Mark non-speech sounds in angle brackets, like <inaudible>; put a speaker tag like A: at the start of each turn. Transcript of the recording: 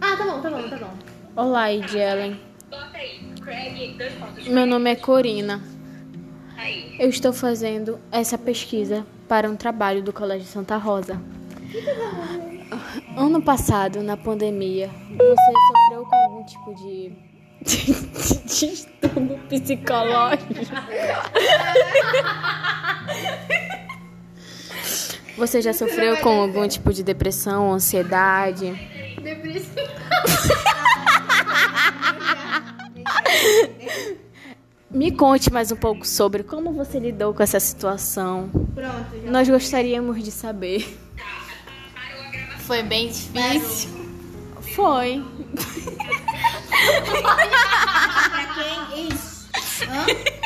A: Ah, tá bom, tá bom, tá bom.
B: Olá, Ed Ellen.
C: Bota aí, Craig, dois pontos.
B: Meu nome é Corina.
C: Aí.
B: Eu estou fazendo essa pesquisa para um trabalho do Colégio Santa Rosa. Ano passado, na pandemia, você sofreu com algum tipo de, <laughs> de distúrbio psicológico? Você já sofreu com algum tipo de depressão, ansiedade?
A: Depressa.
B: Me conte mais um pouco sobre como você lidou com essa situação.
A: Pronto, já.
B: Nós gostaríamos de saber.
C: Parou a gravação.
B: Foi bem difícil. Foi.
A: Pra quem? Isso. Hã?